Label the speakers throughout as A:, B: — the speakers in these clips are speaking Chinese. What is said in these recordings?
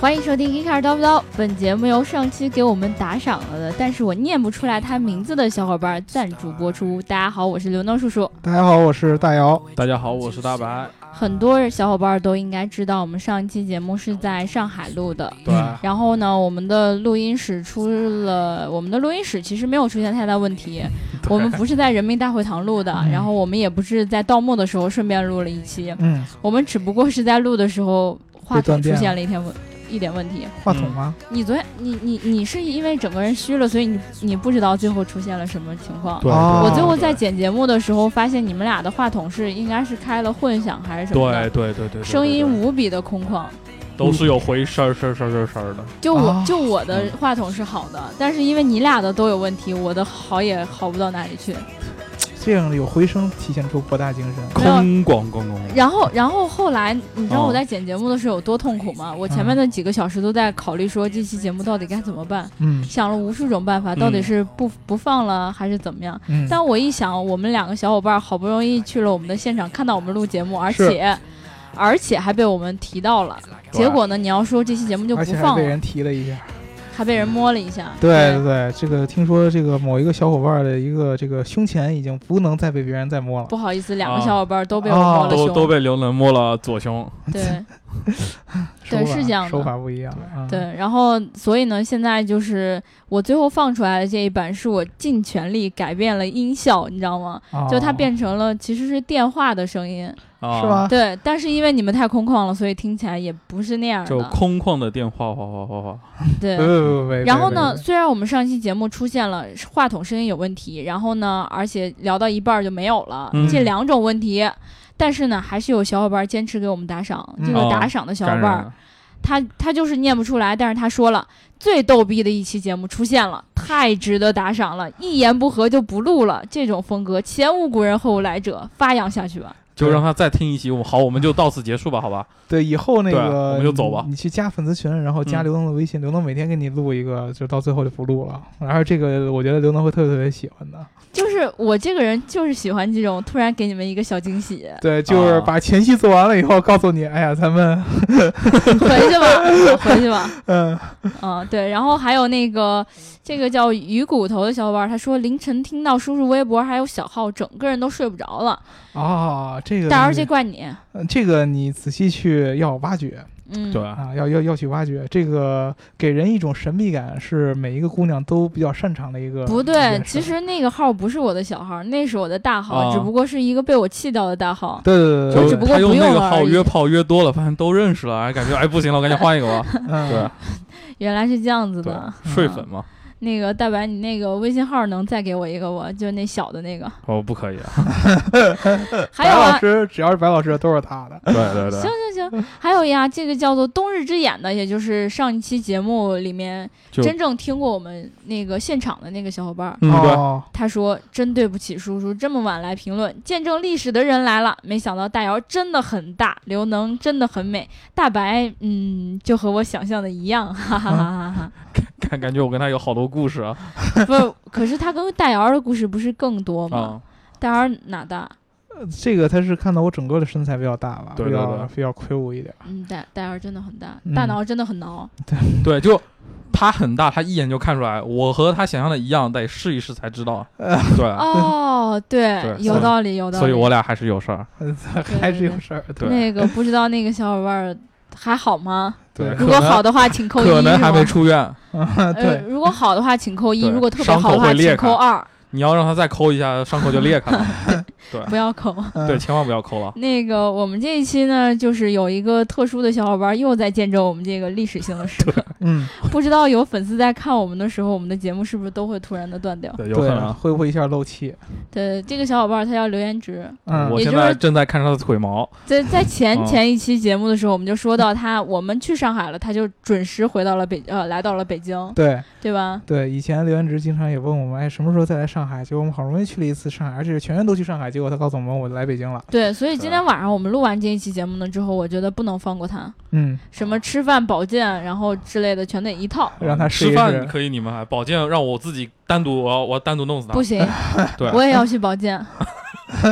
A: 欢迎收听《一开始叨不叨》，本节目由上期给我们打赏了的，但是我念不出来他名字的小伙伴赞助播出。大家好，我是刘能叔叔。
B: 大家好，我是大姚。
C: 大家好，我是大白。
A: 很多小伙伴都应该知道，我们上一期节目是在上海录的。
C: 对，
A: 然后呢，我们的录音室出了，我们的录音室其实没有出现太大问题。
C: 对
A: 我们不是在人民大会堂录的，
B: 嗯
A: 然后我们也不是在盗墓的时候顺便录了一期，
B: 嗯，
A: 我们只不过是在录的时候话
B: 被断
A: 筒出
B: 电
A: 现
B: 了
A: 了一天问一点问题。
B: 嗯话筒吗？
A: 你昨天你你你是因为整个人虚了，所以你你不知道最后出现了什么情况。
C: 对，
B: 哦
A: 我最后
C: 啊对
A: 在剪节目的时候，发现你们俩的话筒是应该是开了混响还是什么
C: 对
A: 的，
C: 对对对，对
A: 声音
C: 对对
A: 无比的空旷。
C: 都是有回声儿声儿声儿声儿声儿的。
A: 就我、
B: 啊
A: 就我
C: 嗯
A: 的话筒是好的，但是因为你俩的都有问题，我的好也好不到哪里去。嗯
B: 这样有回声，体现出博大精深。
A: 没有
C: 空咣咣咣，
A: 然后，然后后来，你知道
C: 哦
A: 我在剪节目的时候有多痛苦吗？我前
C: 嗯
A: 面的几个小时都在考虑说这期节目到底该怎么办，
B: 嗯
A: 想了无数种办法，到底
C: 嗯
A: 是不不放了还是怎么样？
B: 嗯，
A: 但我一想，我们两个小伙伴好不容易去了我们的现场，看到我们录节目，而且而且还被我们提到了。
C: 对
A: 结果呢，你要说这期节目就不
B: 而且还
A: 放
B: 被
A: 了，
B: 人提了一下。
A: 还被人摸了一下。
B: 对对对，这个听说这个某一个小伙伴的一个这个胸前已经不能再被别人再摸了。
A: 不好意思，两个
C: 啊
A: 小伙伴都被我摸了
C: 都
A: 胸，
C: 都被刘能摸了左胸。
A: 对
B: 手
A: 对
B: 法
A: 是这样的
B: 手法不一样。啊，
A: 对，然后所以呢，现在就是我最后放出来的这一版，是我尽全力改变了音效，你知道吗？
B: 哦
A: 就它变成了其实是电话的声音，
C: 啊
B: 是？吗？
A: 对，但是因为你们太空旷了，所以听起来也不是那样
C: 就
A: 的，
C: 空旷的电话，哗哗哗哗。
A: 对
B: 不。不不不。
A: 然后呢？
B: 不？不
A: 虽然我们上期节目出现了话筒声音有问题，然后呢，而且聊到一半儿就没有了、
C: 嗯
A: 这两种问题，但是呢，还是有小伙伴坚持给我们打赏。这个
C: 嗯
A: 打赏的小伙
C: 感
A: 伴儿
C: 染了
A: 他他就是念不出来，但是他说了最逗逼的一期节目出现了，太值得打赏了，一言不合就不录了，这种风格前无古人后无来者，发扬下去吧。
C: 就让他再听一集。我好，我们就到此结束吧，好吧？
B: 对，以后那
C: 对啊
B: 个
C: 我们就走吧
B: 你。你去加粉丝群，然后加
C: 嗯
B: 刘能的微信，刘能每天给你录一个，就到最后就不录了。
A: 嗯
B: 然后这个我觉得刘能会特别特别喜欢的。
A: 就是我这个人就是喜欢这种突然给你们一个小惊喜，
B: 对，就是
C: 啊
B: 把前戏做完了以后，告诉你，哎呀，咱们
A: 回去吧，回去吧，
B: 嗯
A: 嗯，对。然后还有那个这个叫鱼骨头的小伙伴，他说凌晨听到叔叔微博还有小号，整个人都睡不着了，
B: 哦，这个
A: 大姚
B: 东西
A: 这怪你，
B: 呃这个你仔细去要挖掘
A: 嗯，
C: 对，
B: 啊，要要要去挖掘，这个给人一种神秘感，是每一个姑娘都比较擅长的一个。
A: 不
B: 一
A: 对
B: 件，事
A: 其实那个号不是我的小号，那是我的大号，
C: 啊
A: 只不过是一个被我弃掉的大号。
B: 对对对
A: 我
B: 对
A: 只
C: 就
A: 不过
C: 他
A: 不
C: 用
A: 用
C: 那个
A: 了
C: 号
A: 而已
C: 约炮约多了，发现都认识了，哎，感觉哎不行了，我赶紧换一个吧。
B: 对，嗯，
C: 对，啊
A: 原来是这样子
C: 对
A: 的，
C: 睡
A: 嗯
C: 粉嘛，
A: 那个大白，你那个微信号能再给我一个不？就那小的那个。
C: 哦，不可以啊。呃
A: 还有
B: 白
A: 啊
B: 老，师只要是白老师都是他的。
C: 对对
A: 行，行行，还有呀，这个叫做《冬日之眼》的，也就是上一期节目里面
C: 就
A: 真正听过我们那个现场的那个小伙伴儿。
C: 嗯对，
B: 哦，
A: 他说：“真对不起，叔叔，这么晚来评论，见证历史的人来了。没想到大姚真的很大，刘能真的很美，大白，嗯，就和我想象的一样，哈哈哈 哈
C: 感感觉我跟他有好多故事啊。
A: 哈。不是，可是他跟大姚的故事不是更多吗？
C: 啊，
A: 大姚哪大？
B: 这个他是看到我整个的身材比较大吧，
C: 对
B: 比
C: 对
B: 较
C: 对
B: 比较魁梧一点。
A: 嗯，大大姚真的很大，
B: 嗯
A: 大脑真的很挠。
C: 对，就他很大，他一眼就看出来，我和他想象的一样，得试一试才知道。 对，
A: 哦，对，
C: 啊对
A: 有道理，有道理。
C: 所以我俩还是有事儿。
B: 还是有事儿，
C: 对
A: 那个不知道那个小伙伴儿还好吗？
B: 对
A: 如果好的话，请扣一。
C: 可能还没
A: 是吗
C: 出院，
B: 啊，
A: 呃，
B: 对，
A: 如果好的话，请扣一；
C: 对
A: 如果特别好的
C: 伤口
A: 话，
C: 会裂
A: 请扣
C: 开
A: 二。
C: 你要让他再抠一下，伤口就裂开了。
A: 不要扣。
B: 嗯
C: 对，，千万不要抠了。
A: 那个，我们这一期呢，就是有一个特殊的小伙伴又在见证我们这个历史性的时刻。
B: 嗯，
A: 不知道有粉丝在看我们的时候，我们的节目是不是都会突然的断掉？
C: 对，有啊可
B: 对，
C: 能。
B: 会不会一下漏气？
A: 对，这个小伙伴他叫刘延直，
B: 嗯，
C: 我
A: 也
C: 现
A: 就是
C: 在正在看着他的腿毛。
A: 在在前
C: 哦
A: 前一期节目的时候，我们就说到他，我们去上海了，他就准时回到了北呃，来到了北京，
B: 对。
A: 对吧？
B: 对，以前刘元直经常也问我们，哎，什么时候再来上海？结果我们好不容易去了一次上海，而且是全员都去上海，结果他告诉我们，我来北京了。
A: 对，所以今
C: 嗯
A: 天晚上我们录完这一期节目呢之后，我觉得不能放过他，
B: 嗯，
A: 什
C: 啊
A: 么吃饭、保健，然后之类的，全得一套。
B: 让他试
C: 嗯吃
B: 一
C: 饭
B: 试。
C: 可以，你们还保健让我自己单独，我要我要单独弄死他
A: 不。行
C: ，对
A: 我也要去保健。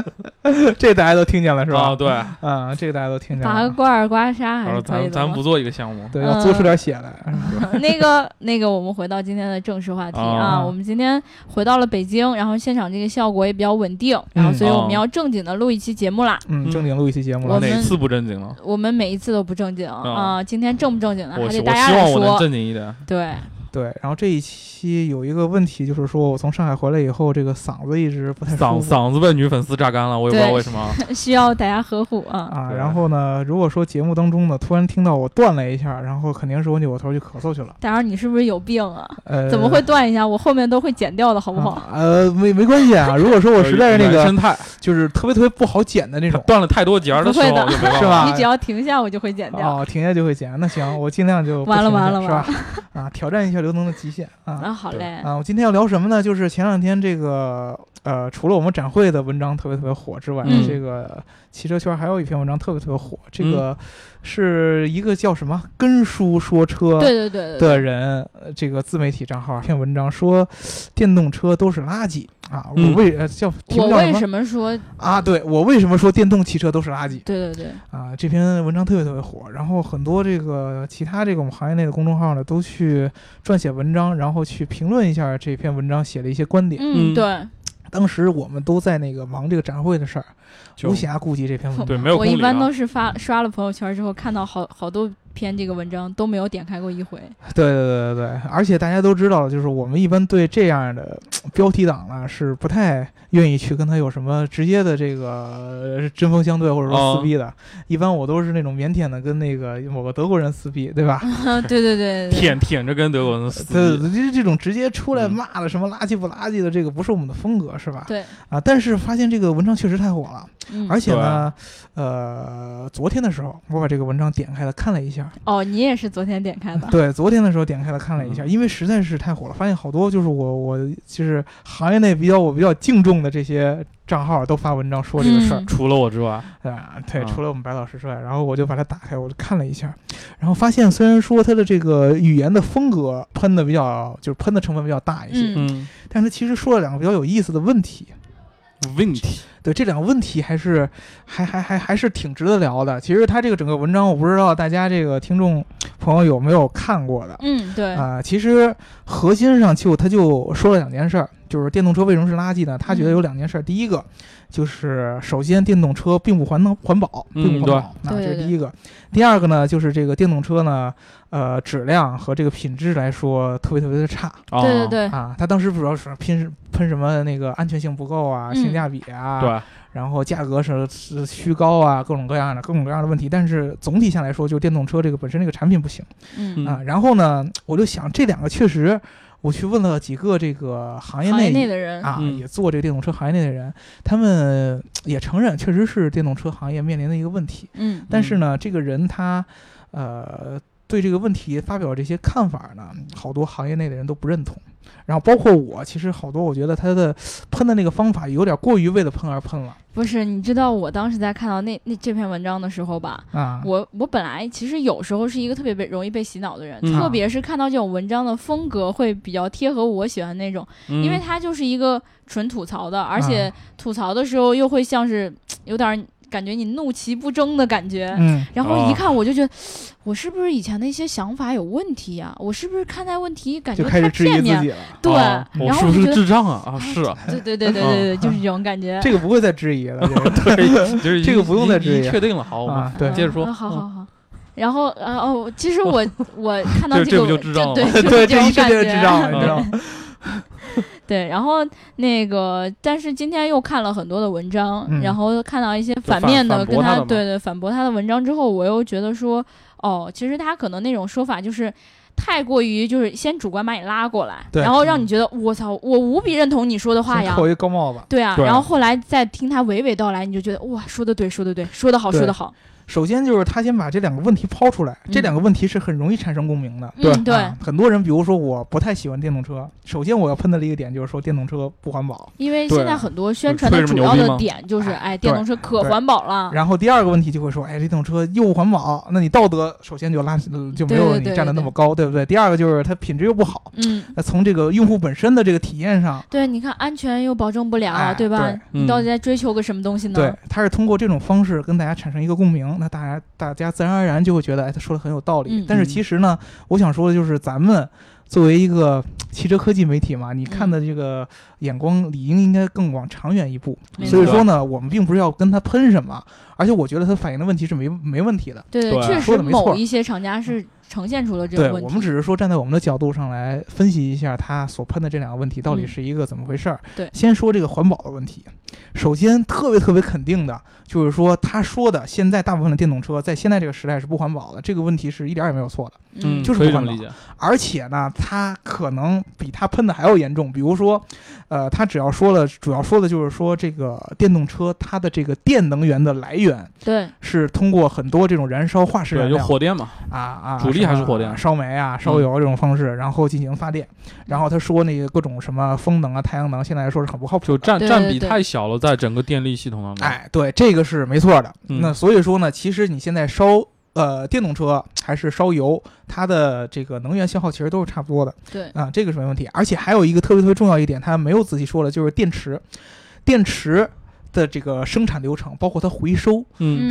B: 这大家都听见了是
C: 啊，
B: 吧？
C: 对，
B: 啊，这个大家都听见
A: 拔
B: 了
A: 个。罐儿刮痧还
C: 然
A: 是
C: 后
A: 可以
C: 咱
A: 的
C: 咱
A: 嘛。
C: 不做一个项目，
A: 嗯
B: 对，要做出点血来。嗯是吧
A: 那个那个，我们回到今天的正式话题啊，
B: 哦
A: 我们今天回到了北京，然后现场这个效果也比较稳定，然后所以我
C: 哦
A: 们要正经的录一期节目啦。
B: 嗯，
C: 嗯
B: 正经录一期节目
A: 我
B: 了
A: 们。
C: 哪次不正经了？
A: 我们每一次都不正经啊、今天正不正经的
C: 哦我
A: 还
C: 希
A: 得
C: 我
A: 大家
C: 希
A: 来
C: 望我能
A: 说。
C: 正经一点。
A: 对，
B: 对，然后这一期有一个问题，就是说我从上海回来以后，这个嗓子一直不太舒
C: 嗓
B: 服
C: 嗓子被女粉丝榨干了，我也不知道为什么。
A: 需要大家呵护啊。
B: 啊。
C: 对
B: 然后呢，如果说节目当中呢突然听到我断了一下，然后肯定是我扭过头就咳嗽去了。
A: 大姚，你是不是有病啊？
B: 呃，
A: 怎么会断一下？我后面都会剪掉的，好不好？
B: 啊呃，没没关系啊。如果说我实在是那
C: 生
B: 个
C: 态
B: 就是特别特别不好剪的那种，
C: 断了太多节儿的时候，
A: 不会的
C: 我就没办法
B: 是吧
A: 你只要停下，我就会剪掉。
B: 哦，停下就会剪。那行，我尽量就不
A: 完了
B: 停下
A: 完了
B: 是吧？ 啊，挑战一下刘能的极限啊
A: 啊，好嘞，
B: 啊！我今天要聊什么呢？就是前两天这个呃，除了我们展会的文章特别特别火之外，
A: 嗯
B: 这个汽车圈还有一篇文章特别特别火，这个是一个叫什么“根叔说车”
A: 对对对对对，
B: 的人，呃这个自媒体账号一篇文章说，电动车都是垃圾啊！我
C: 嗯
B: 为呃叫题
A: 我
B: 目叫
A: 为
B: 什么
A: 什么说
B: 啊？对我为什么说电动汽车都是垃圾？
A: 对对对？
B: 啊，这篇文章特别特别火，然后很多这个其他这个我们行业内的公众号呢，都去撰写文章，然后去评论一下这篇文章写的一些观点。
A: 嗯，
C: 嗯
A: 对，
B: 当时我们都在那个忙这个展会的事儿，
C: 就
B: 无暇顾及这篇文章。
C: 对，没有
A: 我
C: 公理
A: 一般
C: 了
A: 都是发刷了朋友圈之后，看到好好多篇这个文章都没有点开过一 回。
B: 对对对对对，而且大家都知道，就是我们一般对这样的呃标题党呢，是不太愿意去跟他有什么直接的这个呃针锋相对，或者说
C: 哦
B: 撕逼的。一般我都是那种腼腆的，跟那个某个德国人撕逼，对吧？
A: 对对对对对，
C: 舔舔着跟德国人撕
B: 对，
C: 逼。
B: 对这这种直接出来
C: 嗯
B: 骂的什么垃圾不垃圾的，这个不是我们的风格，是吧？
A: 对，
B: 啊，但是发现这个文章确实太火了，
A: 嗯
B: 而且
C: 对
B: 呢
C: 啊，
B: 呃，昨天的时候我把这个文章点开了看了一下，
A: 哦，你也是昨天点开的，
B: 对，昨天的时候点开了看了一下，
C: 嗯
B: 因为实在是太火了，发现好多就是我我就是行业内比较我比较敬重的这些账号都发文章说这个事儿
A: 嗯，
C: 除了我之外，
B: 啊，对，
C: 啊
B: 除了我们白老师之外，然后我就把它打开，我就看了一下，然后发现虽然说它的这个语言的风格喷的比较，就是喷的成分比较大一些，
A: 嗯
C: 嗯，
B: 但是其实说了两个比较有意思的问题。
C: 问题
B: 对这两个问题还是还还还还是挺值得聊的。其实他这个整个文章，我不知道大家这个听众朋友有没有看过的
A: 嗯，对，
B: 啊、其实核心上就他就说了两件事儿，就是电动车为什么是垃圾呢？他
A: 嗯
B: 觉得有两件事儿，第一个就是首先电动车并不环能环保，
C: 嗯
B: 并不环保，那、
A: 对
B: 这
A: 对
B: 是
A: 对
B: 第一个。第二个呢，就是这个电动车呢，呃，质量和这个品质来说特别特别的差。
C: 啊，
A: 对对 对，
B: 啊，他当时主要是拼喷什么那个安全性不够啊，
A: 嗯
B: 性价比啊，
C: 对，
B: 然后价格是是虚高啊，各种各样的各种各样的问题。但是总体下来说，就电动车这个本身这个产品不行
A: 嗯，
B: 啊。然后呢，我就想这两个确实，我去问了几个这个行业
A: 行业
B: 内
A: 内的哎人，
B: 啊、
C: 嗯
B: 也做这个电动车行业内的人，他们也承认确实是电动车行业面临的一个问题。
A: 嗯
B: 但是呢，这个人他呃对这个问题发表这些看法呢，好多行业内的人都不认同。然后包括我，其实好多我觉得他的呃喷的那个方法有点过于为了喷而喷了
A: 不是，你知道我当时在看到那那这篇文章的时候吧，
B: 啊。
A: 我我本来其实有时候是一个特别被容易被洗脑的人，
C: 嗯
A: 特别是看到这种文章的风格会比较贴合我喜欢那种，
C: 嗯
A: 因为它就是一个纯吐槽的，
B: 啊
A: 而且吐槽的时候又会像是有点儿感觉你怒其不争的感觉。
B: 嗯，
A: 然后一
C: 哦
A: 看我就觉得，我是不是以前的一些想法有问题呀、我是不是看待问题感觉
B: 就开始
A: 太
B: 质疑
A: 片
B: 自
A: 面？
B: 己了。哦
A: 对，
C: 啊我
A: 然
C: 是
A: 后我
C: 不
A: 就是觉得，哎
C: 智障啊？啊，是啊，
A: 对对对对对对，就是这种 感觉。
B: 这个不会再质疑了， 这个
C: 对，就是已
B: 这个不用再
C: 已
B: 质疑
C: 已经确定了，好，我们
B: 啊，对
A: 嗯
C: 接着说
A: 啊好好好。然后，呃哦，其实 我我看到
C: 这
A: 这
C: 这
A: 个
C: 不就
A: 文，
C: 智障了
A: 对
C: 吗
A: 就是这
B: 对，这
A: 种
B: 一瞬
A: 感
B: 间
A: 觉
B: 就知道了，你知道吗？
A: 对，然后那个，但是今天又看了很多的文章，
B: 嗯
A: 然后看到一些反
C: 反
A: 面的，
C: 反
A: 跟
C: 驳他的嘛
A: 对对反驳他的文章之后，我又觉得说，哦，其实他可能那种说法就是。太过于就是先主观把你拉过来，
B: 对
A: 然后让你觉得我操，我无比认同你说的话
B: 先
A: 呀，
B: 扣一高帽子。
A: 对啊，
C: 对啊
A: 然后后来再听他娓娓道来，你就觉得哇，说的对，说的对，说的好，
B: 对
A: 说的好，
B: 首先就是他先把这两个问题抛出来，
A: 嗯
B: 这两个问题是很容易产生共鸣的。
A: 嗯，对
B: 啊，很多人比如说我不太喜欢电动车，首先我要喷的一个点就是说电动车不环保。
A: 因为
C: 对
A: 现在很多宣传的
C: 吹这么
A: 主
C: 牛
A: 要
C: 逼
A: 的
C: 吗
A: 点就是，哎，
B: 对
A: 电动车可环保了，
B: 然后第二个问题就会说，哎，这电动车又不环保，那你道德首先就拉呃就没
A: 对
B: 有
A: 对
B: 你
A: 对
B: 站的那
A: 对
B: 么高，对不对？第二个就是它品质又不好，
A: 嗯，
B: 那从这个用户本身的这个体验上，
A: 对，你看安全又保证不了，
B: 哎
A: 对吧？
B: 对
A: 你到底
C: 嗯
A: 在追求个什么东西呢？
B: 对，它是通过这种方式跟大家产生一个共鸣，那大家大家自然而然就会觉得，哎，他说的很有道理。
A: 嗯
B: 但是其实呢，我想说的就是，咱们作为一个汽车科技媒体嘛，
A: 嗯
B: 你看的这个眼光理应应该更往长远一步。
A: 没
B: 所以
A: 错
B: 说呢，我们并不是要跟他喷什么，而且我觉得他反映的问题是没没问题的。
A: 对对，
C: 对
A: 确
B: 说
A: 实
B: 得没错
A: 某一些厂家是呈现出了这
B: 对
A: 个问题。
B: 我们只是说站在我们的角度上来分析一下他所喷的这两个问题到底
A: 嗯
B: 是一个怎么回事儿、
A: 对
B: 先说这个环保的问题。首先，特别特别肯定的就是说，他说的现在大部分的电动车在现在这个时代是不环保的，这个问题是一点儿也没有错的。
A: 嗯，
B: 就是
C: 可以
B: 不
C: 这
B: 环
C: 么
B: 保
C: 理解，
B: 而且呢，他可能比他喷的还要严重。比如说，呃，他只要说了，主要说的就是说这个电动车它的这个电能源的来源
A: 对，
B: 是通过很多这种燃烧化石燃
C: 对，就
B: 料。
C: 火电嘛，
B: 啊啊，
C: 主力
B: 什
C: 还是
B: 么
C: 火电
B: 烧煤啊、烧
C: 嗯
B: 油这种方式，然后进行发电。然后他说那个各种什么风能啊、太阳能，现在来说是很不靠谱
C: 就
B: 的。
C: 占
A: 对
C: 占
A: 对
C: 比
A: 对
C: 太小了，在整个电力系统当中，
B: 哎，对，这个是没错的。
C: 嗯
B: 那所以说呢，其实你现在烧呃电动车还是烧油，它的这个能源消耗其实都是差不多的。
A: 对
B: 啊，这个是没问题。而且还有一个特别特别重要一点，他没有仔细说了，就是电池，电池。的这个生产流程，包括它回收，
C: 嗯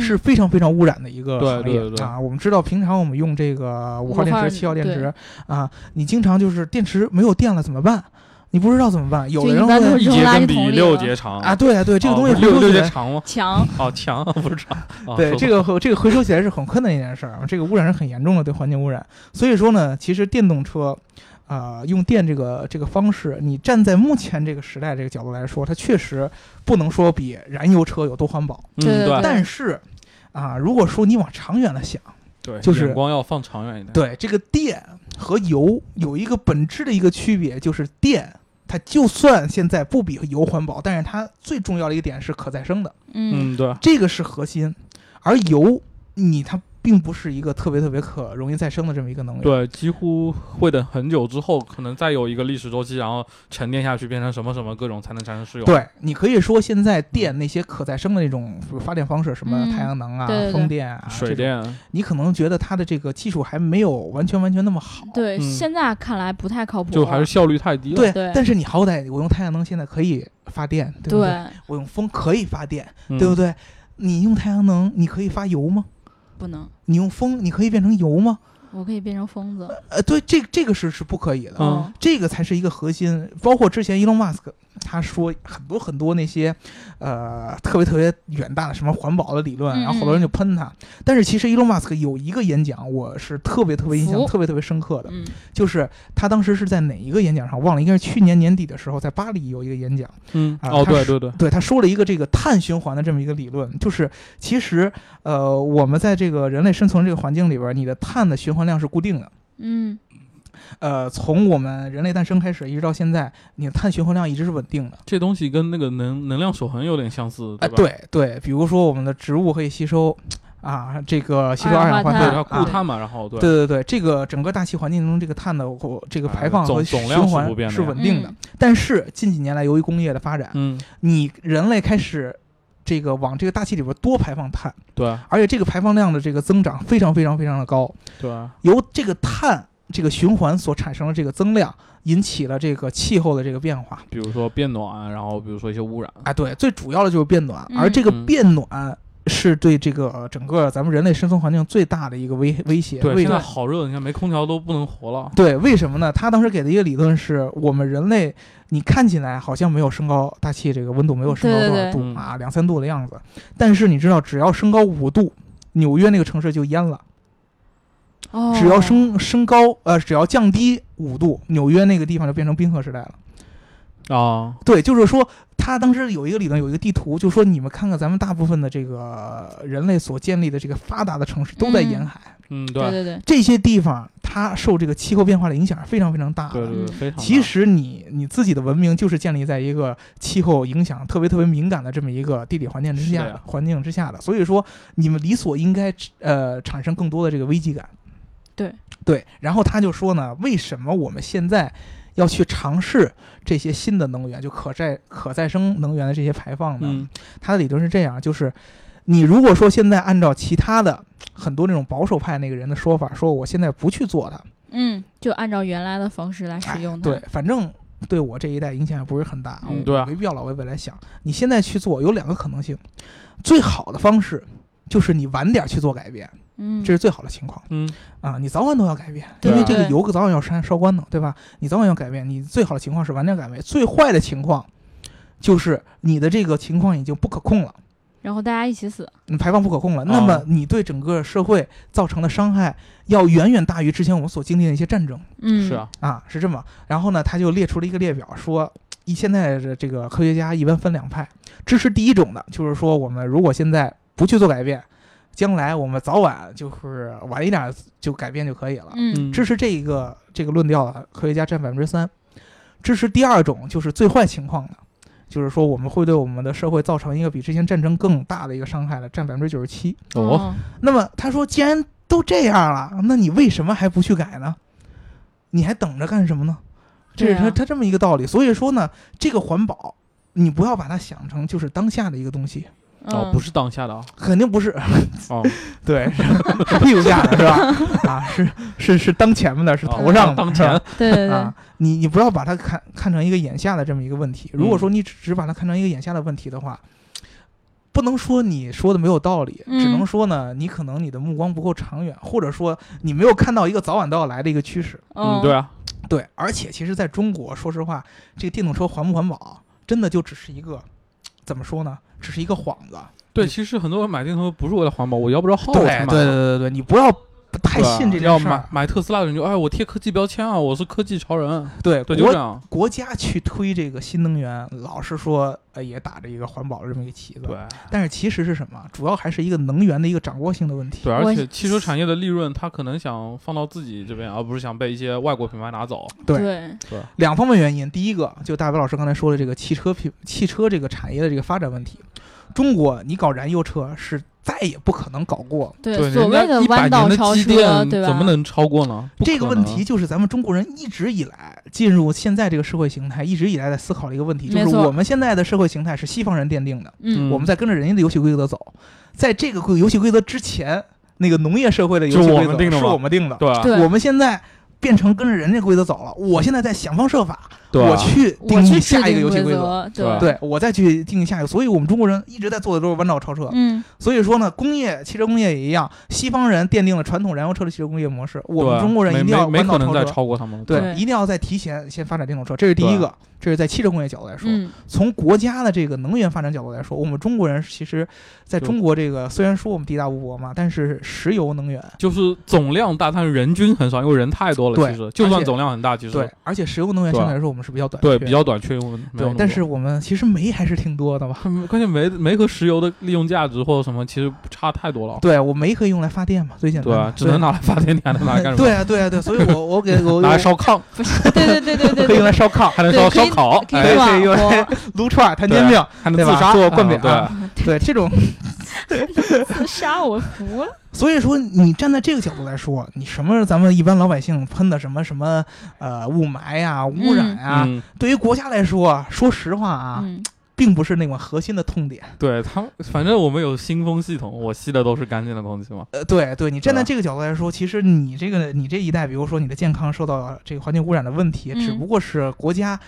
A: 嗯
B: 是非常非常污染的一个
C: 对
B: 行业
C: 对对
B: 啊。我们知道，平常我们用这个五号电
A: 五号
B: 池、七号电
A: 对
B: 池啊，你经常就是电池没有电了怎么办？你不知道怎么办，有
A: 就
B: 的
A: 一
B: 人
A: 般都
B: 会
A: 是
C: 一
A: 扔
C: 节
A: 垃圾
C: 跟
A: 桶
C: 比
A: 里
C: 啊六
A: 了
C: 节长
B: 啊，对啊，对，这个
C: 哦
B: 东西
C: 不
B: 回
C: 是六
B: 收
C: 六
B: 起
C: 节
B: 来，
C: 长吗？
A: 强，
C: 哦，强不是长，哦
B: 对
C: 说
B: 这个和这个回收起来是很困难的一件事儿，啊这个污染是很严重的，对环境污染。所以说呢，其实电动车。啊、用电这个这个方式，你站在目前这个时代这个角度来说，它确实不能说比燃油车有多环保。
C: 嗯
A: 对对对
B: 但是，啊、如果说你往长远了想，
C: 对，
B: 就是
C: 眼光要放长远一点，
B: 对这个电和油有一个本质的一个区别，就是电它就算现在不比油环保，但是它最重要的一个点是可再生的，
A: 嗯，
C: 嗯，对，
B: 这个是核心。而油，你它并不是一个特别特别可容易再生的这么一个能源。
C: 对，几乎会等很久之后，可能再有一个历史周期，然后沉淀下去变成什么什么各种才能产生适用。，
B: 对，你可以说现在电那些可再生的那种发电方式，什么
A: 嗯
B: 太阳能啊、
A: 对对对
B: 风电啊、这
C: 水
B: 种，
C: 电，
B: 你可能觉得它的这个技术还没有完全完全那么好。
A: 对，
C: 嗯
A: 现在看来不太靠谱，啊
C: 就还是效率太低了。
B: 对
A: 对
B: 但是你好歹我用太阳能现在可以发电，对不
A: 对，
B: 我用风可以发电，
C: 嗯
B: 对不对？你用太阳能，你可以发油吗？
A: 不能，
B: 你用风，你可以变成油吗？
A: 我可以变成疯子，
B: 呃，对，这这个是是不可以的，
C: 嗯
B: 这个才是一个核心。包括之前 Elon Musk 他说很多很多那些，呃，特别特别远大的什么环保的理论，啊
A: 嗯
B: 然后好多人就喷他。但是其实 Elon Musk 有一个演讲，我是特别特别印象
A: 服
B: 特别特别深刻的，
A: 嗯
B: 就是他当时是在哪一个演讲上忘了，应该是去年年底的时候，在巴黎有一个演讲。
C: 嗯，
B: 啊
C: 哦，
B: 它
C: 对
B: 是
C: 对对，
B: 对，他说了一个这个碳循环的这么一个理论，就是其实呃，我们在这个人类生存这个环境里边儿，你的碳的循环量是固定的。
A: 嗯，
B: 呃，从我们人类诞生开始，一直到现在，你的碳循环量一直是稳定 的。
C: 这东西跟那个能能量守恒有点相似，
B: 哎、
C: 吧？
B: 对对，比如说我们的植物可以吸收啊，这个吸收
A: 二
B: 二
A: 氧
B: 氧
A: 化
B: 化
A: 碳
C: 对，
B: 碳，
C: 它
B: 啊
C: 固碳嘛，然后对，
B: 对对对，这个整个大气环境中这个碳的或这个
C: 啊
B: 排放
C: 总
B: 和
C: 总
B: 循
C: 量是
B: 环
C: 不变的
B: 是
C: 呀
B: 稳定的。但是近几年来，由于工业的发展，
C: 嗯，
B: 你人类开始这个往这个大气里边多排放碳，
C: 对啊
B: 而且这个排放量的这个增长非常非常非常的高，
C: 对，啊
B: 由这个碳这个循环所产生的这个增量，引起了这个气候的这个变化
C: 比如说变暖，然后比如说一些污染，
B: 啊，对，最主要的就是变暖，
A: 嗯
B: 而这个
C: 嗯
B: 变暖是对这个呃整个咱们人类生存环境最大的一个威威胁。
C: 对，
B: 为
C: 现在好热，你看没空调都不能活了。
B: 对，为什么呢？他当时给的一个理论是我们人类，你看起来好像没有升高大气这个温度没有升高
A: 对对
B: 多少
A: 对
B: 度
C: 嗯
B: 啊，两三度的样子，但是你知道，只要升高五度，纽约那个城市就淹了。
A: 哦，
B: 只要，升升高，呃，只要降低五度，纽约那个地方就变成冰河时代了。
C: 啊，
B: 对，就是说，他当时有一个理论，有一个地图，就说你们看看咱们大部分的这个人类所建立的这个发达的城市都在沿海，
C: 嗯，对
A: 对对对，
B: 这些地方它它受这个气候变化的影响是非常非常大的。
C: 对对对，非常大。
B: 其实你你自己的文明就是建立在一个气候影响特别特别敏感的这么一个地理环境之下
C: 是呀
B: 环境之下的，所以说你们理所应该呃产生更多的这个危机感。
A: 对
B: 对，然后他就说呢，为什么我们现在要去尝试这些新的能源，就可再可再生能源的这些排放呢？
C: 嗯
B: 他的理论是这样，就是你如果说现在按照其他的很多那种保守派那个人的说法，说我现在不去做它，
A: 嗯，就按照原来的方式来使用它。
B: 对，反正对我这一代影响也不是很大，
C: 嗯
B: 我
C: 对啊
B: 没必要老为未来想。你现在去做有两个可能性，最好的方式就是你晚点去做改变，
A: 嗯，
B: 这是最好的情况
C: 嗯，
B: 啊！你早晚都要改变，
A: 对
B: 因为这个
A: 对
B: 油早晚要烧烧光的，对吧？你早晚要改变，你最好的情况是晚点改变，最坏的情况就是你的这个情况已经不可控了。
A: 然后大家一起死。
B: 嗯排放不可控了，那
C: 啊
B: 么你对整个社会造成的伤害要远远大于之前我们所经历的一些战争
A: 嗯，
C: 是，啊，
B: 啊，是这么。然后呢，他就列出了一个列表，说一现在的这个科学家一般分两派，支持第一种的，就是说我们如果现在不去做改变，将来我们早晚就是晚一点就改变就可以了。
A: 嗯，
B: 支持这一个这个论调的科学家占百分之三，支持第二种就是最坏情况的，就是说我们会对我们的社会造成一个比之前战争更大的一个伤害的，占百分之九十七。
C: 哦，
B: 那么他说，既然都这样了，那你为什么还不去改呢？你还等着干什么呢？这是
A: 对
B: 他
A: 啊
B: 他这么一个道理。所以说呢，这个环保。你不要把它想成就是当下的一个东西，
C: 哦，
A: 嗯，
C: 不是当下的啊，
B: 肯定不是，
C: 哦，
B: 对，是是 屁股下的是吧？ 啊，是是是当前面的，是
C: 哦
B: 头上的，
C: 当
B: 是吧
C: 前，
A: 对对对
B: 啊，，你你不要把它看看成一个眼下的这么一个问题。如
C: 嗯
B: 果说你只只把它看成一个眼下的问题的话，不能说你说的没有道理，
A: 嗯
B: 只能说呢，你可能你的目光不够长远，或者说你没有看到一个早晚都要来的一个趋势。
A: 哦
C: 嗯，对啊，
B: 对，而且其实在中国，说实话，这个电动车环不环保，真的就只是一个怎么说呢，只是一个幌子。
C: 对，
B: 你
C: 其实很多人买电动车不是为了环保，我摇不着号我才
B: 嗯对对
C: 买。
B: 对对对，你不要太
C: 对吧
B: 信这件
C: 要
B: 事儿
C: 买。买特斯拉的人就哎，我贴科技标签啊，我是科技潮人，啊
B: 对
C: 对，就这
B: 国
C: 样，
B: 国家去推这个新能源，老是说呃也打着一个环保的这么一个旗子。
C: 对
B: 但是其实是什么？主要还是一个能源的一个掌握性的问题。
C: 对，而
A: 我
C: 且汽车产业的利润，他可能想放到自己这边，而不是想被一些外国品牌拿走。
B: 对
A: 对，
B: 两方面原因，第一个就大白老师刚才说的这个汽车品汽车这个产业的这个发展问题，中国你搞燃油车是再也不可能搞过。
A: 对，
C: 对，
A: 所谓
C: 的
A: 弯道超
C: 积
A: 车，
C: 淀
A: 对吧？
C: 怎么能超过呢？不
B: 这个
C: 可
B: 问
C: 能
B: 题，就是咱们中国人一直以来进入现在这个社会形态，一直以来在思考的一个问题，就
A: 没
B: 是
A: 错
B: 我们现在的社会形态是西方人奠定的，
A: 嗯，
B: 我们在跟着人家的游戏规则走，在这个规游戏规则之前，那个农业社会的游
C: 就
B: 戏
C: 是我
B: 规
C: 们定
B: 则
C: 的
B: 是
C: 吗
B: 我们定的，
C: 对啊吧
A: 对
B: 我们现在变成跟着人家规则走了，我现在在想方设法，
C: 对啊吧
B: 我去定
A: 我
B: 义
A: 去制
B: 下一个
A: 定
B: 游戏规则，
A: 则，
C: 对吧
B: 对我再去定义下一个。所以我们中国人一直在做的都是弯道超车。
A: 嗯，
B: 所以说呢，工业汽车工业也一样，西方人奠定了传统燃油车的汽车工业模式，我们
C: 对啊
B: 中国人一定要
C: 没没
B: 弯
C: 没
B: 道
C: 可能再
B: 超车。
C: 超过他们了。
B: 对
A: 对，
B: 一定要在提前先发展电动车，这是第一
C: 对
B: 个，这是在汽车工业角度来说。
A: 嗯，
B: 从国家的这个能源发展角度来说，我们中国人其实在
C: 就
B: 中国这个虽然说我们地大物博嘛，但是石油能源
C: 就是总量大，但是人均很少，因为人太多了。
B: 对
C: 其实就
B: 而
C: 算
B: 且
C: 总量很大，其实
B: 对，而且石油能源
C: 对
B: 相对来说我们是比较短缺
C: 对
B: 的，
C: 比较短缺，因为没有那
B: 对
C: 么，
B: 但
C: 多
B: 是我们其实煤还是挺多的吧？
C: 他 们关键煤煤和石油的利用价值或者什么，其实差太多了。
B: 对，我煤可以用来发电嘛，最简单
C: 对
B: 的
C: 吧，只能拿来发电， 你还能拿来干什么？
B: 对啊，对啊，对啊，所以我我 给我
C: 拿来烧炕，
A: 不是，对对对对对，
B: 可以用来烧炕，
C: 还能
A: 对
C: 烧
A: 可
C: 烧
A: 以
C: 烤，
A: 可以
C: 哎
B: 对可以用
A: 做火
B: 来 撸串、摊煎饼，
C: 还能
B: 对
C: 自
B: 吧？
C: 杀
B: 做灌饼，
C: 啊
B: 对这种。
A: 自杀，我服了。
B: 所以说，你站在这个角度来说，你什么咱们一般老百姓喷的什么什么呃雾霾呀、污染
C: 对
B: 呀，
C: 嗯，
B: 对于国家来说，说实话啊，
A: 嗯，
B: 并不是那种核心的痛点。
C: 对他，反正我们有新风系统，我吸的都是干净的空气嘛。
B: 呃，对对，你站在
C: 对吧
B: 这个角度来说，其实你这个你这一代，比如说你的健康受到这个环境污染的问题，
A: 嗯
B: 只不过是国家